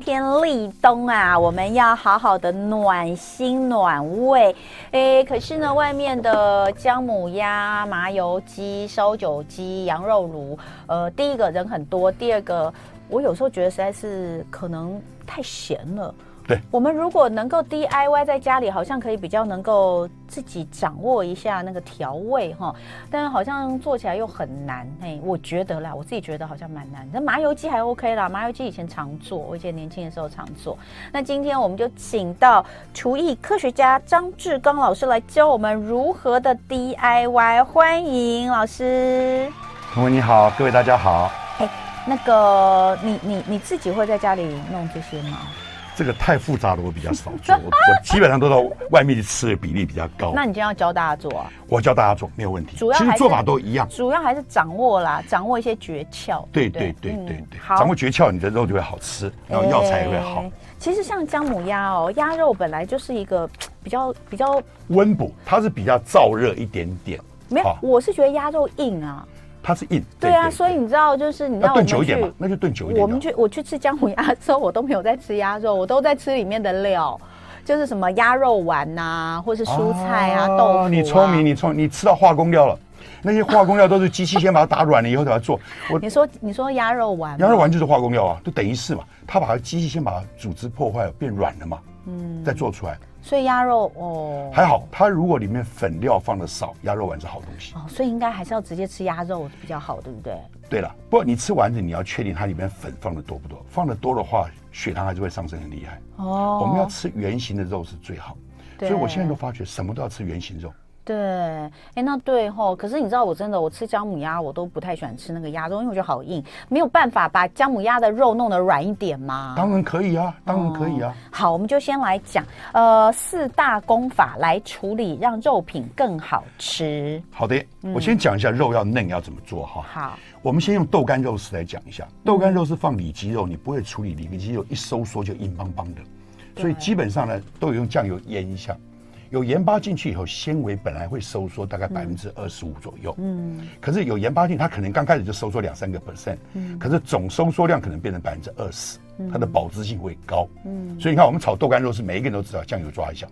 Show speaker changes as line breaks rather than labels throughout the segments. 天立冬啊，我们要好好的暖心暖胃。哎，可是呢，外面的姜母鸭、麻油鸡、烧酒鸡、羊肉炉，呃，第一个人很多，第二个我有时候觉得实在是可能太咸了。
对，
我们如果能够 DIY 在家里，好像可以比较能够自己掌握一下那个调味哈，但好像做起来又很难。哎，我觉得啦，我自己觉得好像蛮难。那麻油鸡还 OK 啦，麻油鸡以前常做，我以前年轻的时候常做。那今天我们就请到厨艺科学家张志刚老师来教我们如何的 DIY，欢迎老师。
同文你好，各位大家好。
那个，你你你自己会在家里弄这些吗？
这个太复杂了，我比较少做，我我基本上都到外面去吃的比例比较高。
那你今天要教大家做啊？
我教大家做没有问题，
主要
哦其
还
实
是
做法都一样。
主要还是掌握啦，掌握一些诀窍。
对
不
对对对
嗯
对，
好，
掌握诀窍，你的肉就会好吃，然后药材也会好
哎。其实像姜母鸭哦，鸭肉本来就是一个比较比较
温补它是比较燥热一点点，
没有
好，
我是觉得鸭肉硬啊。
它是硬。
对啊，所以你知道，就是你知道
要
我们
炖
去
久一点嘛，那就炖久一点。
我们去我去吃姜母鸭的时候，我都没有在吃鸭肉，我都在吃里面的料，就是什么鸭肉丸呐、或是蔬菜啊、
哦
豆腐、啊。
你聪明，你聪明，你吃到化工料了。那些化工料都是机器先把它打软了以后才要做。我
你说你说鸭肉丸吗，
羊肉丸就是化工料啊，就等于是嘛，它把机器先把组织破坏了，变软了嘛，嗯，再做出来
所以鸭肉哦，
还好。它如果里面粉料放的少，鸭肉丸是好东西。
哦，所以应该还是要直接吃鸭肉比较好，对不对？
对了，不过你吃丸子你要确定它里面粉放的多不多，放的多的话，血糖还是会上升很厉害。
哦，
我们要吃圆形的肉是最好，所
对
以我现在都发觉什么都要吃圆形肉。
对，哎，那对吼。可是你知道，我真的我吃姜母鸭，我都不太喜欢吃那个鸭肉，因为我觉得好硬，没有办法把姜母鸭的肉弄得软一点嘛。
当然可以啊，当然可以啊。
好，我们就先来讲，呃，四大功法来处理让肉品更好吃。
好的，我先讲一下肉要嫩要怎么做哈。
嗯好，
我们先用豆干肉丝来讲一下，豆干肉丝放里脊肉，你不会处理里脊肉一收缩就硬邦邦的，所以基本上呢都有用酱油腌一下，有盐巴进去以后，纤维本来会收缩大概百分之二十五左右，嗯，可是有盐巴进去，它可能刚开始就收缩两三个 percent，可是总收缩量可能变成百分之二十，它的保质性会高，嗯，所以你看我们炒豆干肉丝，每一个人都知道酱油抓一下，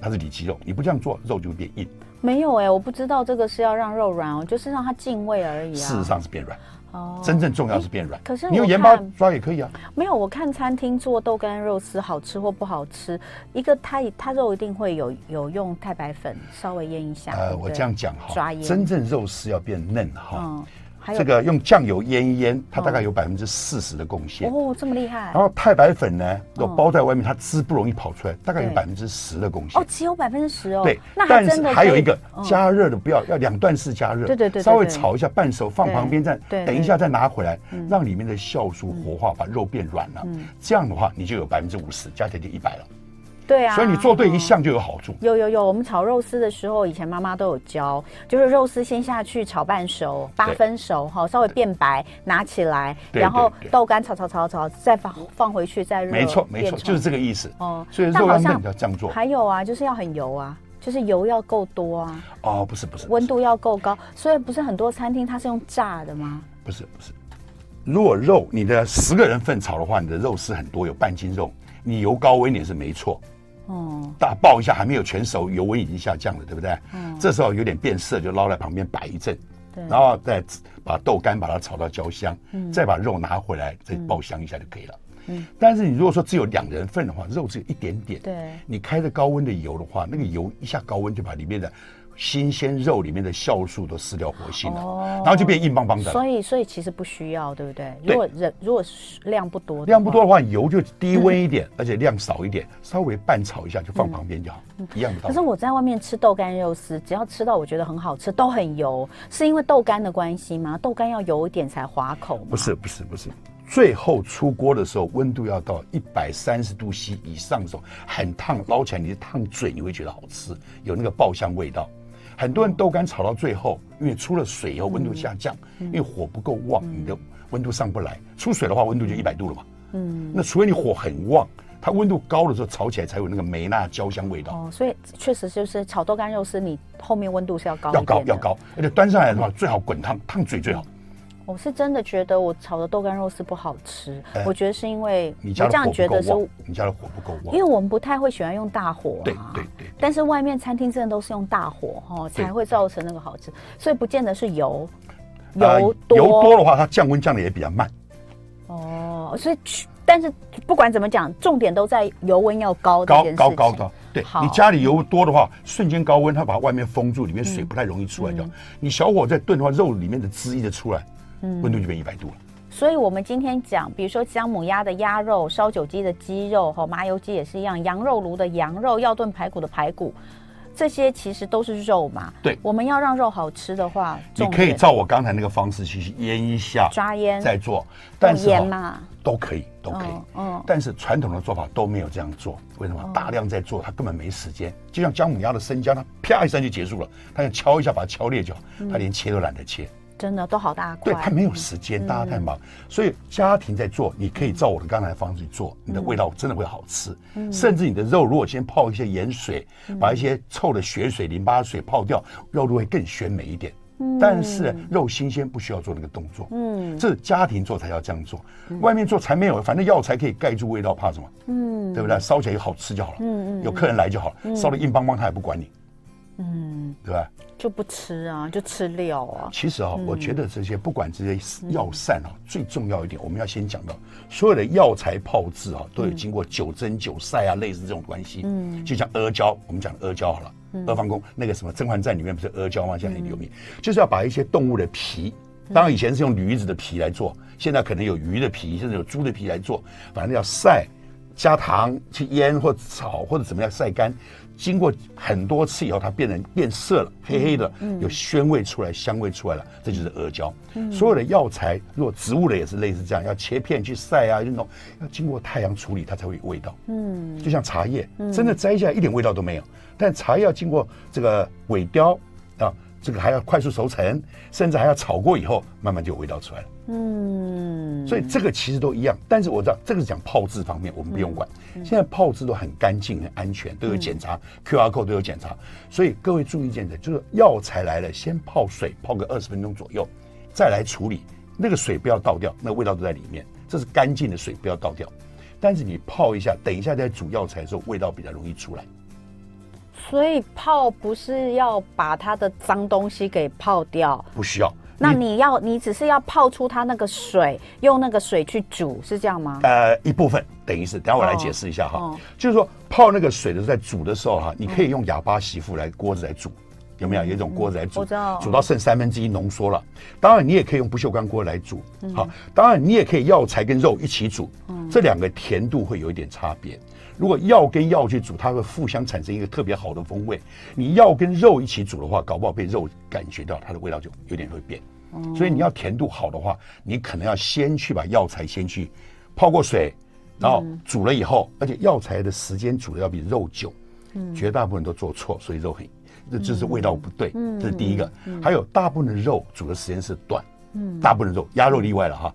它是里脊肉，你不这样做肉就会变硬，
没有哎、我不知道这个是要让肉软哦，就是让它进味而已啊。
事实上是变软，
哦
真正重要是变软，
可是
你用
我
盐巴
看
抓也可以啊。
没有，我看餐厅做豆干肉丝好吃或不好吃，一个它它肉一定会有有用太白粉稍微腌一下。对
呃，
不
我
对
这样讲
抓
哈
腌，
真正肉丝要变嫩哈，
嗯，还有嗯
哦这个用酱油腌一腌，它大概有百分之四十的贡献。
哦，这么厉害
然后太白粉呢，有包在外面，它汁不容易跑出来，大概有
对
百分之十的贡
哦
献，。
只有百分之十哦。
对，
那还
但
真
是
的
还有
可以
一个
嗯
加热的不要，要两段式加热，
对对对对
稍微
对
炒一下，半熟放旁边，再
对对嗯
等一下再拿回来，让里面的酵素活化，把肉变软了。这样的话，你就有百分之五十，加起来就一百了。
对啊，
所以你做对一
嗯
项就有好处。
有有有，我们炒肉丝的时候，以前妈妈都有教，就是肉丝先下去炒半熟、八
对
分熟哈，稍微变白，拿起来，
对
然后
对对
豆干炒炒炒炒，再放放回去再热，
没错，没
变
错，
成
就是这个意思。
哦
所以
但
肉
好
要嫩
像
要这样做。
还有啊，就是要很油啊，就是油要够多啊，
哦，不是不是，不是
温度要够高，所以不是很多餐厅它是用炸的吗？
不是不是，如果肉你的十个人份炒的话，你的肉丝很多，有半斤肉，你油高温一点是没错，
哦，
大爆一下还没有全熟，油温已经下降了，对不对？
嗯
这时候有点变色，就捞在旁边摆一阵，
对
然后再把豆干把它炒到焦香，
嗯
再把肉拿回来再爆香一下就可以了。但是你如果说只有两人份的话，肉只有一点点，
对
你开着高温的油的话，那个油一下高温就把里面的新鲜肉里面的酵素都失掉活性了，
哦
然后就变硬邦邦的了。
所以所以其实不需要，对不对？
对
如果人如果是量不多，
量不多。的话，油就低温
嗯
一点，而且量少一点，稍微拌炒一下就放旁边就好，一样的道
嗯可
理
是。我在外面吃豆干肉丝，只要吃到我觉得很好吃，都很油，是因为豆干的关系吗？豆干要油一点才滑口吗？
不是不是不是，最后出锅的时候温度要到一百三十度 C 以上的时候，很烫，捞起来你的烫嘴，你会觉得好吃，有那个爆香味道。很多人豆干炒到最后，因为出了水以后温度下降，
嗯
因为火不够旺，你的温度上不来。出水的话，温度就一百度了嘛。嗯，那除非你火很旺，它温度高的时候炒起来才有那个梅纳焦香味道。
哦，所以确实就是炒豆干肉丝，你后面温度是要高一
要高
点的
要。高，而且端上来的话最好滚烫，烫嘴最好。
我是真的觉得我炒的豆干肉丝不好吃，
哎
我觉得是因为
你
我
家
这
的
样
火
觉
不
得
够
是，
旺，你家的火不够旺
因为。我们不太会喜欢用大火、啊，
对对对，
但是外面餐厅真的都是用大火哈、哦，
对
才会造成那个好吃，所以不见得是油，
呃
油多、
油多的话，它降温降的也比较慢。
哦，所以去但是不管怎么讲，重点都在油温要高这
高
件事
高
情
高的，对
好
你家里油多的话，瞬间高温，它把外面封住，里面水不太容易出来
嗯
掉。你小火再炖的话，肉里面的汁一直出来，
嗯
温度就变一百度了。
所以我们今天讲，比如说姜母鸭的鸭肉、烧酒鸡的鸡肉、和麻油鸡也是一样，羊肉炉的羊肉、要炖排骨的排骨，这些其实都是肉嘛。
对
我们要让肉好吃的话，
你
重
可以
点
照我刚才那个方式去腌一下，
抓腌，
再做，但
用
是
盐
哈
嘛。
都可以，都可以。
嗯，
但是传统的做法都没有这样做，为什么？大量在做，它根本没时间。就像姜母鸭的生姜，它啪一声就结束了，它要敲一下把它敲裂就好，它连切都懒得切。
真的都好大块。
对他没有时间，大家太忙，所以家庭在做，你可以照我的刚才的方式去做，你的味道真的会好吃。甚至你的肉，如果先泡一些盐水，把一些臭的血水、淋巴水泡掉，肉会更鲜美一点。但是肉新鲜不需要做那个动作，
嗯
这家庭做才要这样做，外面做才没有，反正药材可以盖住味道，怕什么？
嗯
对不对？烧起来有好吃就好了，
嗯
有客人来就好了，烧的硬邦邦他也不管你，
嗯，
对吧？
就不吃啊，就吃料啊。
其实啊，我觉得这些不管这些药膳啊，最重要一点，我们要先讲到所有的药材泡制啊，都有经过九蒸九晒啊，类似这种关系。嗯，就像阿胶，我们讲阿胶好了，阿房宫那个什么《甄嬛传》里面不是阿胶吗？现在很有名，就是要把一些动物的皮。当然，以前是用驴子的皮来做，现在可能有鱼的皮，甚至有猪的皮来做，反正要晒，加糖去腌或炒或者怎么样晒干，经过很多次以后，它变成变色
嗯
了，黑黑的，有鲜味出来，香味出来了，这
嗯
就是阿胶。所有的药材，如果植物的也是类似这样，要切片去晒啊，运动要经过太阳处理，它才会有味道。
嗯
就像茶叶，真的摘下来一点味道都没有，但茶叶要经过这个萎凋啊，这个还要快速熟成，甚至还要炒过以后，慢慢就有味道出来了。
嗯，
所以这个其实都一样，但是我知道这个是讲泡制方面，我们不用管。
嗯
现在泡制都很干净、很安全，都有检查、QR code 都有检查。所以各位注意一件事，就是药材来了，先泡水，泡个二十分钟左右，再来处理。那个水不要倒掉，那个味道都在里面，这是干净的水，不要倒掉。但是你泡一下，等一下再煮药材的时候，味道比较容易出来。
所以泡不是要把它的脏东西给泡掉，
不需要，
那你要你只是要泡出它那个水，用那个水去煮，是这样吗？
呃，一部分等于是，等一下我来
哦
解释一下哈。
哦嗯
就是说泡那个水的时候，在煮的时候哈，你可以用哑巴媳妇来锅子来煮，有没有？有一种锅子来煮，
嗯我知道
煮到剩三分之一浓缩了。当然，你也可以用不锈钢锅来煮，
嗯
好，当然你也可以药材跟肉一起煮，这两个甜度会有一点差别。如果药跟药去煮，它会互相产生一个特别好的风味。你药跟肉一起煮的话，搞不好被肉感觉到，它的味道就有点会变。
哦
所以你要甜度好的话，你可能要先去把药材先去泡过水，然后
嗯
煮了以后，而且药材的时间煮的要比肉久，
嗯
绝大部分都做错，所以肉很，这这是味道不对，
嗯
这是第一个。还有大部分的肉煮的时间是短，
嗯
大部分的肉鸭肉例外了哈，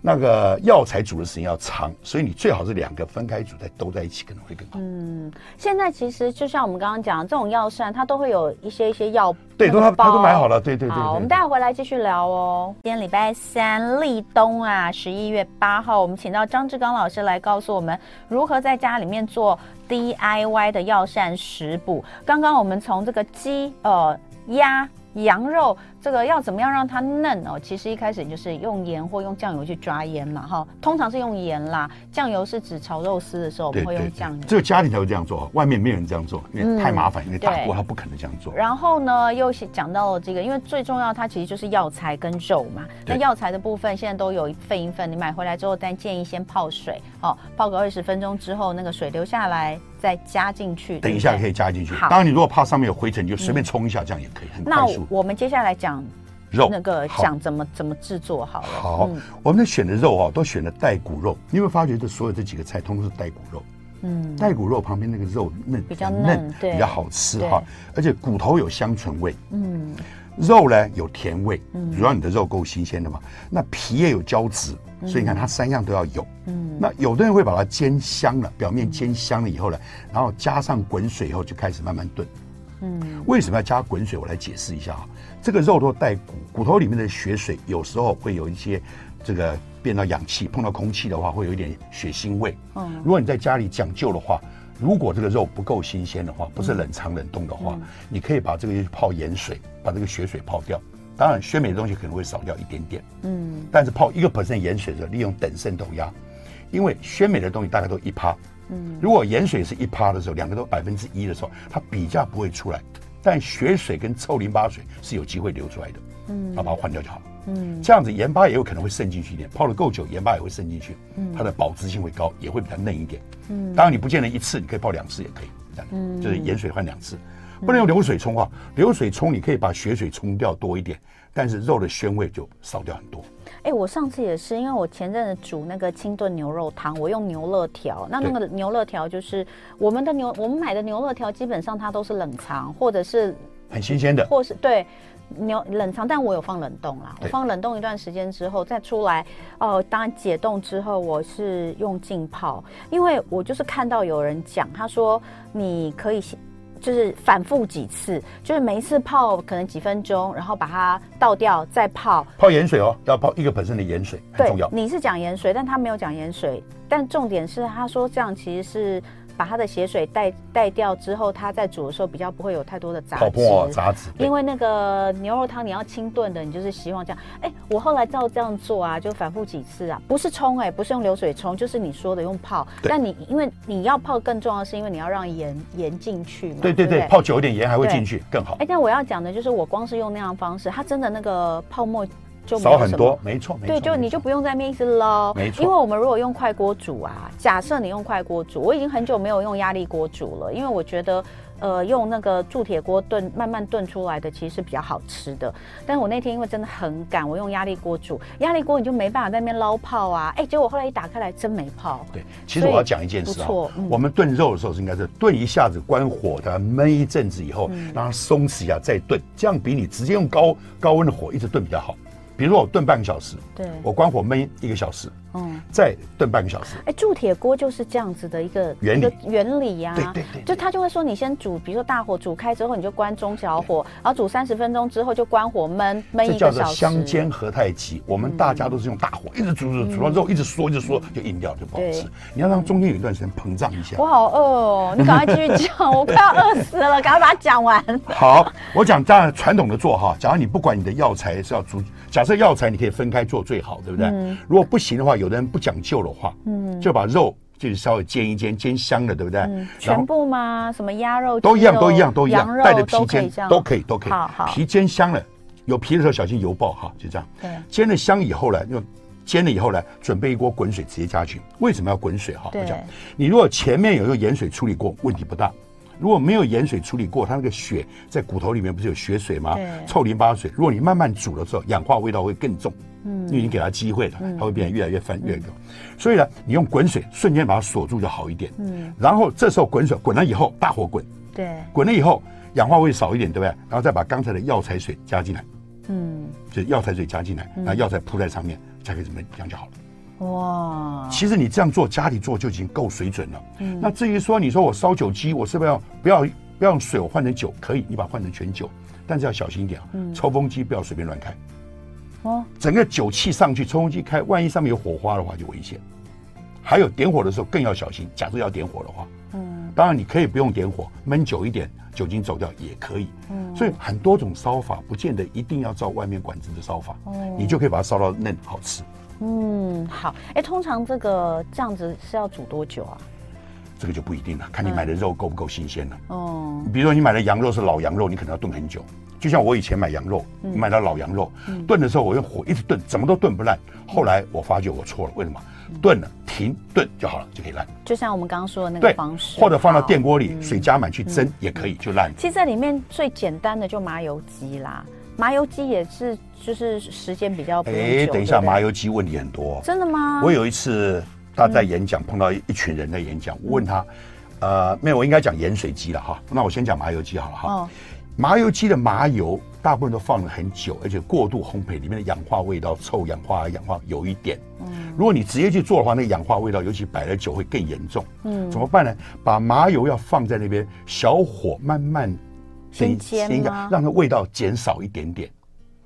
那个药材煮的时间要长，所以你最好是两个分开煮，再兜在一起可能会更好。
嗯现在其实就像我们刚刚讲的，这种药膳它都会有一些一些药，
对，都他他都买好
了。
了，对对对。
好，
对
我们待会回来继续聊哦。今天礼拜三，立冬啊，十一月八号，我们请到张志刚老师来告诉我们如何在家里面做 DIY 的药膳食补。刚刚我们从这个鸡、呃鸭。羊肉这个要怎么样让它嫩哦？其实一开始就是用盐或用酱油去抓腌嘛，哈，通常是用盐啦，酱油是指炒肉丝的时候我
对
们会
对
用
对
酱油。
只有家里才会这样做，外面没有人这样做，因为太麻烦，因为大
嗯对
锅他不可能这样做。
然后呢，又是讲到了这个，因为最重要，它其实就是药材跟肉嘛。那
对
药材的部分现在都有一份一份，你买回来之后，但建议先泡水哦，泡个二十分钟之后，那个水流下来再加进去。
等一下可
以。
以加进去。
好
当然，你如果怕上面有灰尘，你就随便冲一下，这样也可以，很
那
快速。
我们接下来讲
肉
那个
好
讲怎么怎么制作好了。
好，我们选的肉啊，都选的带骨肉。你会发觉这所有这几个菜，通通是带骨肉。
嗯，
带骨肉旁边那个肉嫩，
比较嫩对
比较好吃哈
对。
而且骨头有香醇味，
嗯
肉呢有甜味，主要你的肉够新鲜的嘛。那皮也有胶质，所以你看它三样都要有。
嗯
那有的人会把它煎香了，表面煎香了以后呢，然后加上滚水以后就开始慢慢炖，嗯，为什么要加滚水？我来解释一下啊。这个肉都带骨，骨头里面的血水有时候会有一些这个变到氧气，碰到空气的话会有一点血腥味。嗯，如果你在家里讲究的话，如果这个肉不够新鲜的话，不是冷藏冷冻的话，你可以把这个去泡盐水，把这个血水泡掉。当然，鲜美的东西可能会少掉一点点，嗯，但是泡一个 percent 盐水的时候，利用等渗透压，因为鲜美的东西大概都一趴，嗯，如果盐水是一趴的时候，两个都百分之一的时候，它比较不会出来，但血水跟臭淋巴水是有机会流出来的，嗯，那把它换掉就好，嗯，这样子盐巴也有可能会渗进去一点，泡的够久，盐巴也会渗进去，它的保质性会高，也会比较嫩一点，嗯，当然你不见得一次，你可以泡两次也可以，这样，就是盐水换两次。不能用流水冲啊，流水冲你可以把血水冲掉多一点，但是肉的鲜味就少掉很多。
哎、我上次也是，因为我前阵子煮那个清炖牛肉汤，我用牛肋条。那那个牛肋条就是我们的牛，我们买的牛肋条基本上它都是冷藏，或者是
很新鲜的，
或是对牛冷藏，但我有放冷冻啦。我
对
放冷冻一段时间之后再出来，哦、当然解冻之后我是用浸泡，因为我就是看到有人讲，他说你可以先。就是反复几次，就是每一次泡可能几分钟，然后把它倒掉再泡，
泡盐水哦，要泡一个本身的盐水很
对，
重要。
你是讲盐水，但他没有讲盐水，但重点是他说这样其实是把他的血水带带掉之后，他在煮的时候比较不会有太多的杂
泡
质。
沫啊杂质，对
因为那个牛肉汤你要清炖的，你就是希望这样。哎、我后来照这样做啊，就反复几次啊，不是冲哎、不是用流水冲，就是你说的用泡。
对
但你因为你要泡，更重要的是因为你要让盐盐进去嘛。
对对
不
对，泡久一点盐还会进去更好
哎、，但我要讲的就是，我光是用那样的方式，它真的那个泡沫就没有
少很
什么
多，没错没错。
对，就
没
你
错
就不用在那边一直捞，
没错
因为我们如果用快锅煮啊，假设你用快锅煮，我已经很久没有用压力锅煮了，因为我觉得。呃，用那个铸铁锅炖，慢慢炖出来的其实是比较好吃的。但是我那天因为真的很赶，我用压力锅煮，压力锅你就没办法在那边捞泡啊。哎、结果后来一打开来，真没泡。
对，其实我要讲一件事
不
啊
错嗯，
我们炖肉的时候是应该是炖一下子，关火的焖一阵子以后，
嗯
让它松弛一下再炖，这样比你直接用高高温的火一直炖比较好。比如说我炖半个小时，
对
我关火焖一个小时，
嗯
嗯，再炖半个小时，
哎、铸铁锅就是这样子的一个
原理
一个原理呀、
对对对
就他就会说，你先煮，比如说大火煮开之后，你就关中小火，然后煮三十分钟之后就关火焖焖
这
一
叫
个
做
小时。
香煎和太极。我们大家都是用大火一直煮煮煮到肉一直缩一直缩就硬掉就不好
嗯
吃
对。
你要让中间有一段时间膨胀一下
我。好饿哦，你赶快继续讲，我快要饿死了，赶快把它讲完。
好，我讲当然传统的做哈，假如你不管你的药材是要煮，假设药材你可以分开做最好，对不对？
嗯
如果不行的话，有的人不讲究的话，嗯，就把肉就是稍微煎一煎，煎香了，对不对？然
嗯全
后
部吗？什么鸭肉、
都一样，
鸡肉
都一样，都一
羊
样，
肉
带着皮
都可以
煎
这样，
都可以，都可以
好好，
皮煎香了，有皮的时候小心油爆哈，就这样。
对
煎了香以后呢，用煎了以后呢，准备一锅滚水直接加去。为什么要滚水哈？
对
我讲，你如果前面有用盐水处理过，问题不大。如果没有盐水处理过，它那个血在骨头里面不是有血水吗
对？
臭淋巴水。如果你慢慢煮的时候，氧化味道会更重。嗯，因为你给它机会了，它会变得越来越翻越多。所以呢，你用滚水瞬间把它锁住就好一点。嗯，然后这时候滚水滚了以后，大火滚，
对，
滚了以后氧化味少一点，对不对？然后再把刚才的药材水加进来。
嗯，
就是药材水加进来，那药材铺在上面，才可以怎么这样就好了。
哇，
其实你这样做，家里做就已经够水准了。那至于说你说我烧酒鸡，我是不是要不要不要用水，我换成酒可以，你把它换成全酒，但是要小心一点啊，抽风机不要随便乱开，
哦，
整个酒气上去，抽风机开，万一上面有火花的话就危险。还有点火的时候更要小心，假设要点火的话，嗯，当然你可以不用点火，焖久一点，酒精走掉也可以。所以很多种烧法，不见得一定要照外面馆子的烧法，你就可以把它烧到嫩好吃。
嗯，好。哎，通常这个这样子是要煮多久啊？
这个就不一定了，看你买的肉够不够新鲜了。
哦，
比如说你买的羊肉是老羊肉，你可能要炖很久。就像我以前买羊肉，买到老羊肉，炖的时候我用火一直炖，怎么都炖不烂。后来我发觉我错了，为什么？炖了停炖就好了，就可以烂。
就像我们刚刚说的那个
对
方，式，
或者放到电
好。
锅里，水加满去蒸也可以，就烂。
其实这里面最简单的就麻油鸡啦，麻油鸡也是就是时间比较不用久。
哎，等一下，
对不对
麻油鸡问题很多。
真的吗？
我有一次他在演讲，碰到一一群人在演
嗯
讲，我问他，呃，没有，我应该讲盐水鸡了哈。那我先讲麻油鸡好了哈。
哦
麻油鸡的麻油大部分都放了很久，而且过度烘焙，里面的氧化味道、臭氧化、氧化有一点。
嗯
如果你直接去做的话，那个氧化味道，尤其摆了久会
嗯
更严重。嗯，怎么办呢？把麻油要放在那边，小火慢慢
先
等
煎啊
先
吗
让它味道减少一点点，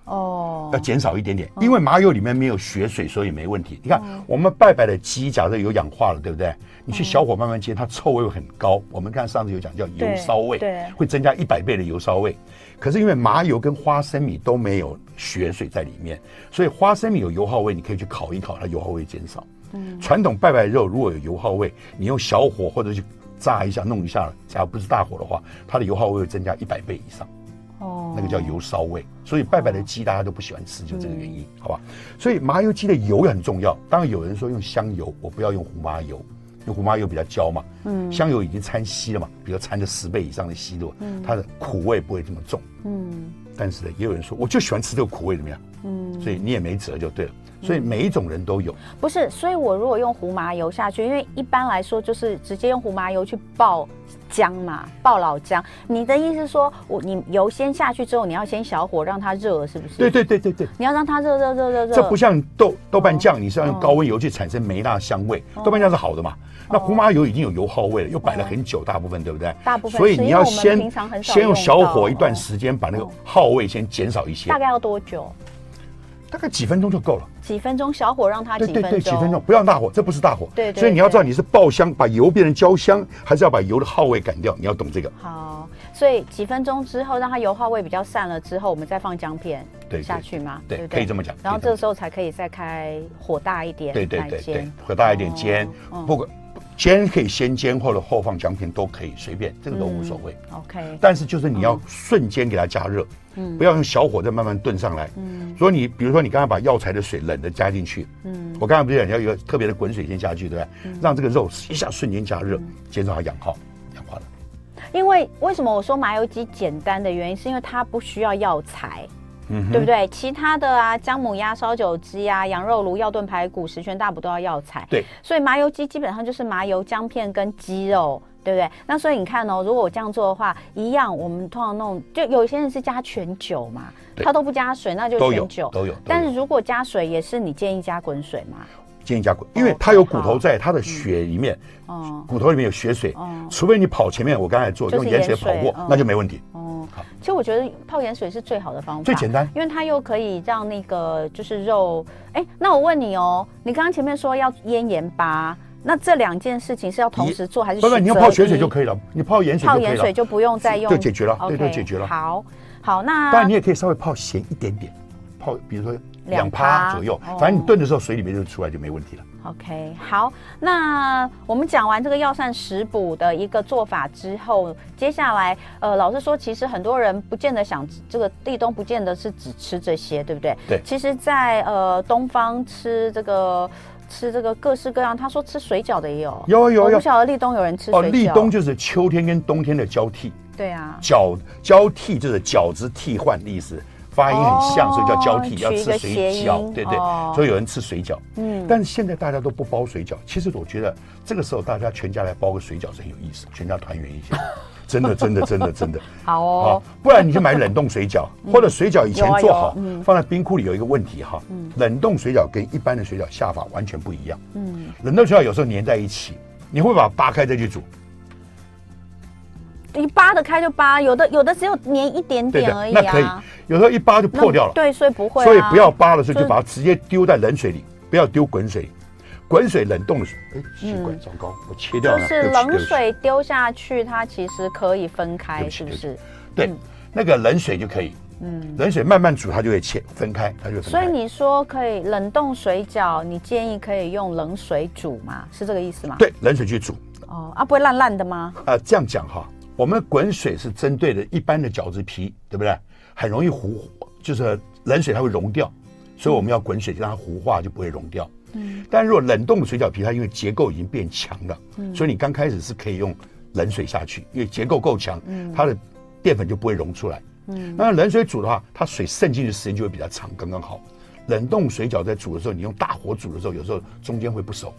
哦哦
要，减少一点点，因为麻油里面没有血水，所以没问题。你看我们拜拜的鸡，假设有氧化了，对不对？你去小火慢慢煎，它臭味会很高。我们看上次有讲叫油烧味，
对对
会增加一百倍的油烧味。可是因为麻油跟花生米都没有血水在里面，所以花生米有油耗味，你可以去烤一烤，它油耗味减少。
嗯
传统拜拜肉如果有油耗味，你用小火或者去炸一下、弄一下，假如不是大火的话，它的油耗味会增加一百倍以上。
哦嗯
那个叫油烧味，所以拜拜的鸡大家都不喜欢吃，就这个原因，好吧？所以麻油鸡的油很重要。当然有人说用香油，我不要用胡麻油，因为胡麻油比较焦嘛，嗯，香油已经掺稀了嘛，比如掺了十倍以上的稀了，它的苦味不会这么重。
嗯
但是呢，也有人说我就喜欢吃这个苦味，怎么样？
嗯，
所以你也没辙就对了。所以每一种人都有，
不是，所以我如果用胡麻油下去，因为一般来说就是直接用胡麻油去爆姜嘛，爆老姜。你的意思是说我你油先下去之后，你要先小火让它热，是不是？
对，对对对对。
你要让它热热热热热。
这不像豆豆瓣
哦
酱，你是要用高温油去产生梅辣香味，豆瓣酱是好的嘛？
哦
那胡麻油已经有油耗味了，又摆了很久，大部分对不对？
大部分
所以
是
你
因为
要
我们
先
平常很少
先用
用
小
到
火一段
哦
时间，把那个耗味先减少一些
大，概要多久？
大概几分钟就够了。
几分钟？小火让它
对
几分
对
钟？
对，几分钟，不要大火，这不是大火。
对对
所以你要
对
知道你是爆香，把油变成焦香，还是要把油的耗味赶掉？你要懂这个。
好，所以几分钟之后，让它油耗味比较散了之后，我们再放姜片
对对
下去嘛，
对
不
可以这么讲
然后
可以这么
这时候才可以再开火大一点，
对对对
来
对
煎，
火大一点煎
哦，
不管煎可以先煎或者后放姜片都可以，随便这个都无所谓。
OK，
但是就是你要瞬间给它加热，
嗯
不要用小火再慢慢炖上来。所以你比如说你刚才把药材的水冷的加进去，
嗯
我刚才不是讲要有一个特别的滚水先下去，对不对？让这个肉一下瞬间加热，减少它氧化，氧化了。
因为为什么我说麻油鸡简单的原因，是因为它不需要药材。
嗯
对不对？其他的啊，姜母鸭、烧酒鸡啊、羊肉炉、药炖排骨、十全大补都要药材。
对，
所以麻油鸡基本上就是麻油、姜片跟鸡肉，对不对？那所以你看哦，如果我这样做的话，一样，我们通常弄，就有些人是加全酒嘛，
对
他都不加水，那就
都有
全酒。
都有。
但
都有
是如果加水，也是你建议加滚水嘛？
建议加滚，因
哦
为
，OK，
它有骨头
好
在，它的血里面，
哦、
骨头里面有血水
哦，
除非你跑前面，我刚才做
就
用
是
盐水
盐水
跑过
嗯，
那就没问题。
哦
好，
其实我觉得泡盐水是最好的方法，
最简单
因为它又可以让那个就是肉。哎，那我问你哦，你刚刚前面说要腌盐巴，那这两件事情是要同时做还是？
不不，你要泡血水就
以，
可以了，你泡盐水就
泡
可以
盐水
了。
就不用再用，
对解决了对对
OK，
解决了
好，好，那
当然你也可以稍微泡咸一点点，泡比如说两
两趴
趴左右
哦，
反正你炖的时候水里面就出来就没问题了。
OK，好，那我们讲完这个药膳食补的一个做法之后，接下来，呃，老师说，其实很多人不见得想这个立冬，不见得是只吃这些，对不对？
对
其实在，呃东方吃这个吃这个各式各样，他说吃水饺的也有，
有啊有啊
我
有
不
啊
晓得立冬有人吃水饺。
哦，立冬就是秋天跟冬天的交替，
对啊，
角交替就是角子替换的意思，发音很像，
哦
所以叫交替，
取
要
一个
吃
谐
水
音
饺，对对
哦，
所以有人吃水饺。
嗯，
但是现在大家都不包水饺，其实我觉得这个时候大家全家来包个水饺是很有意思，全家团圆一下，真的真的真的真的。
好
好
哦，，
啊不然你就买冷冻水饺，或者水饺以前
有啊
做
有啊
好，放在冰库里有一个问题哈，冷冻水饺跟一般的水饺下法完全不一样。
嗯，
冷冻水饺有时候粘在一起，你会把它扒开再去煮，
你扒得开就扒，有的有的只有粘一点
对
点而
的，
已
那可以
啊，。
有时候一扒就
那
破掉了，
对，所以不会、啊，
所以不要扒的时候
就是
就把它直接丢在冷水里，不要丢滚水里。滚水冷冻的水，哎，奇怪，糟糕，我切掉
就
了，
是
对不起
冷。
对不起
水丢下去，它其实可以分开，
对不起
是不是？
对，
嗯
那个冷水就可以，嗯，冷水慢慢煮，它就会切分开，它就会分
所以
开。
你说可以冷冻水饺，你建议可以用冷水煮嘛？是这个意思吗？
对，冷水去煮，
哦，啊，不会烂烂的吗？
啊，这样讲哈，我们滚水是针对的一般的饺子皮，对不对？很容易糊，就是冷水它会溶掉，所以我们要滚水让它糊化就不会溶掉。嗯，但如果冷冻的水饺皮，它因为结构已经变强了，所以你刚开始是可以用冷水下去，因为结构够强，它的淀粉就不会溶出来。嗯，那冷水煮的话，它水渗进去的时间就会比较长，刚刚好。冷冻水饺在煮的时候，你用大火煮的时候，有时候中间会不熟，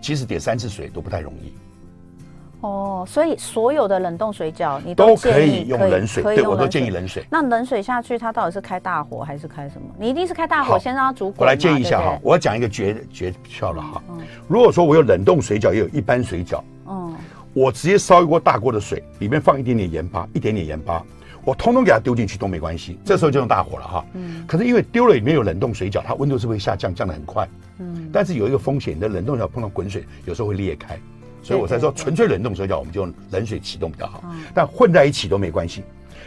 即使点三次水都不太容易。
哦，所以所有的冷冻水饺你
都可
建议
以用冷水，
可以
对
用
我都建议
水
冷水。
那冷水下去，它到底是开大火还是开什么？你一定是开大火，
好
先让它煮滚嘛。
我来建议一下
对不
哈
对，
我要讲一个诀诀窍了哈。如果说我有冷冻水饺，也有一般水饺，
嗯，
我直接烧一锅大锅的水，里面放一点点盐巴，一点点盐巴，我通通给它丢进去都没关系。这时候就用大火了哈。嗯。可是因为丢了里面有冷冻水饺，它温度是会下降，降得很快。嗯。但是有一个风险，你的冷冻水饺碰到滚水，有时候会裂开，所以我才说
对对对
纯粹冷冻水饺我们就用冷水启动比较好，但混在一起都没关系。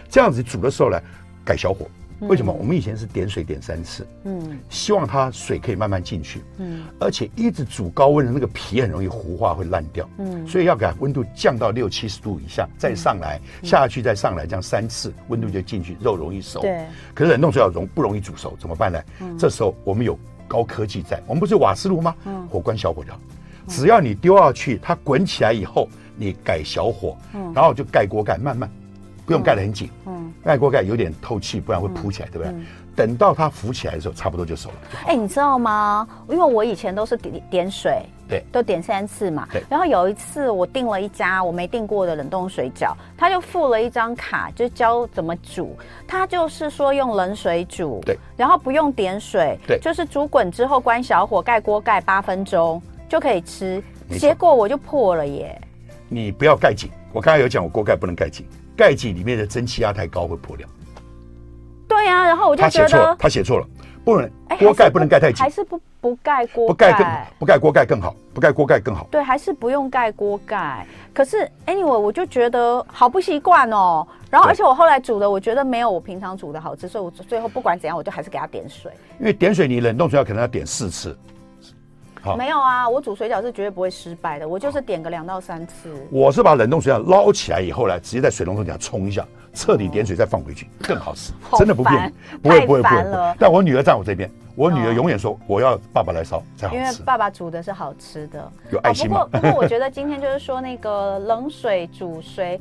这样子煮的时候呢，改小火。为什么？我们以前是点水点三次，
嗯
希望它水可以慢慢进去，
嗯
而且一直煮高温的那个皮很容易糊化，会烂掉，
嗯
所以要给它温度降到六七十度以下，再上来，下去再上来，这样三次温度就进去，肉容易熟。
对，
可是冷冻水饺容不容易煮熟，怎么办呢？
嗯
这时候我们有高科技在，我们不是瓦斯炉吗？
嗯
火关小火就好，只要你丢下去，它滚起来以后，你改小火，然后就盖锅盖，慢慢，不用盖得很紧。
嗯。
盖锅盖有点透气，不然会扑起来，对不对？等到它浮起来的时候，差不多就熟了。
哎、你知道吗？因为我以前都是点点水，
对
都点三次嘛
对。
然后有一次我订了一家我没订过的冷冻水饺，他就附了一张卡，就教怎么煮。他就是说用冷水煮，
对，
然后不用点水，
对
就是煮滚之后关小火，盖锅盖八分钟就可以吃。
没错
结果我就破了耶！
你不要盖紧，我刚才有讲，我锅盖不能盖紧，盖紧里面的蒸汽压太高会破掉。
对呀、然后我就
他
觉
写错了
得，，
他写错了，不能
哎
锅盖不能盖太紧
还，是不不盖锅
不盖更不盖锅盖更好，不盖锅盖更好。
对，还是不用盖锅盖。可是 anyway，我就觉得好不习惯哦。然后，
对
而且我后来煮的，我觉得没有我平常煮的好吃，所以我最后不管怎样，我就还是给它点水。
因为点水你冷冻水饺可能要点四次，好
没有啊，我煮水饺是绝对不会失败的，我就是点个两到三次。
我是把冷冻水饺捞起来以后呢，直接在水龙头底下冲一下，彻底点水再放回去，更好吃，
好
真的不
烦
骗你，不会
太
不会不会
烦
不
了
会。但我女儿站我这边，我女
哦
儿永远说我要爸爸来烧才好
因为
吃，
爸爸煮的是好吃的，
有爱心
哦
嘛、
不过，不过我觉得今天就是说那个冷水煮水，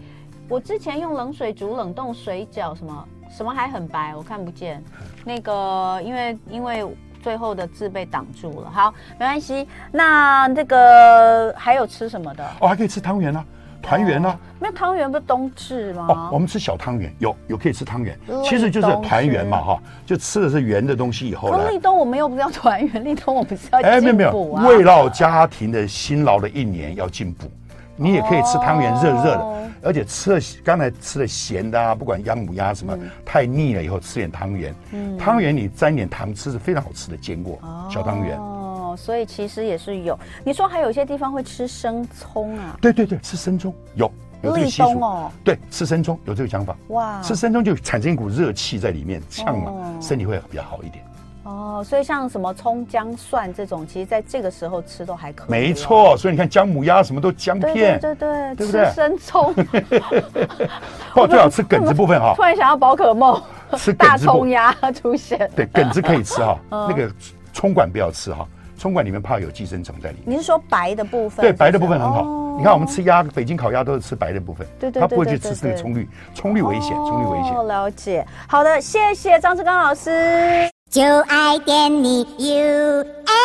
我之前用冷水煮冷冻水饺，什么什么还很白，我看不见。
嗯
那个，因为因为最后的字被挡住了。好，没关系。那这个还有吃什么的？
哦，还可以吃汤圆啊，团圆啊。
没有汤圆不是冬至
哦
吗，？
我们吃小汤圆，有有可以吃汤圆
冷，
其实就是
冻
团圆嘛
是
哈，就吃的是圆的东西以后呢
可，立冬我们又不是要团圆，立冬我们是要
哎没有
进
没有，
补啊。
为了家庭的辛劳的一年要进步，你也可以吃汤圆热热
哦
的，而且吃了刚才吃了咸的啊，不管鸭母鸭什
嗯
么，太腻了以后吃点汤圆，汤圆你沾点糖吃是非常好吃的坚果小汤圆。
哦，所以其实也是有。你说还有一些地方会吃生葱啊？
对对对，吃生葱有有这个习
立冬
俗
哦，
对，吃生葱有这个讲法，
哇，
吃生葱就产生一股热气在里面，呛嘛
哦，
身体会比较好一点。
哦，所以像什么葱姜蒜这种，其实在这个时候吃都还可以。
没，错，所以你看姜母鸭什么都姜
哦对对
片，
对对，
对不
吃
对
生葱。
或 最好吃梗子部 分哈
突，然想要宝可 梦，
吃
大
梗子部
葱鸭 嗯出现。
对，梗子可以吃 哈，那个葱管不要吃哈，葱管里面怕有寄生虫在里面。
你是说白的部分？
对，
是不是
白的部分很好
哦。
你看我们吃鸭，北京烤鸭都是吃白的部分，
对对对
它不会
对
去
对
吃那个
对
葱绿，葱绿危险，葱绿危险。
哦，了解。好的，谢谢张志刚老师。
就爱点你 UFO。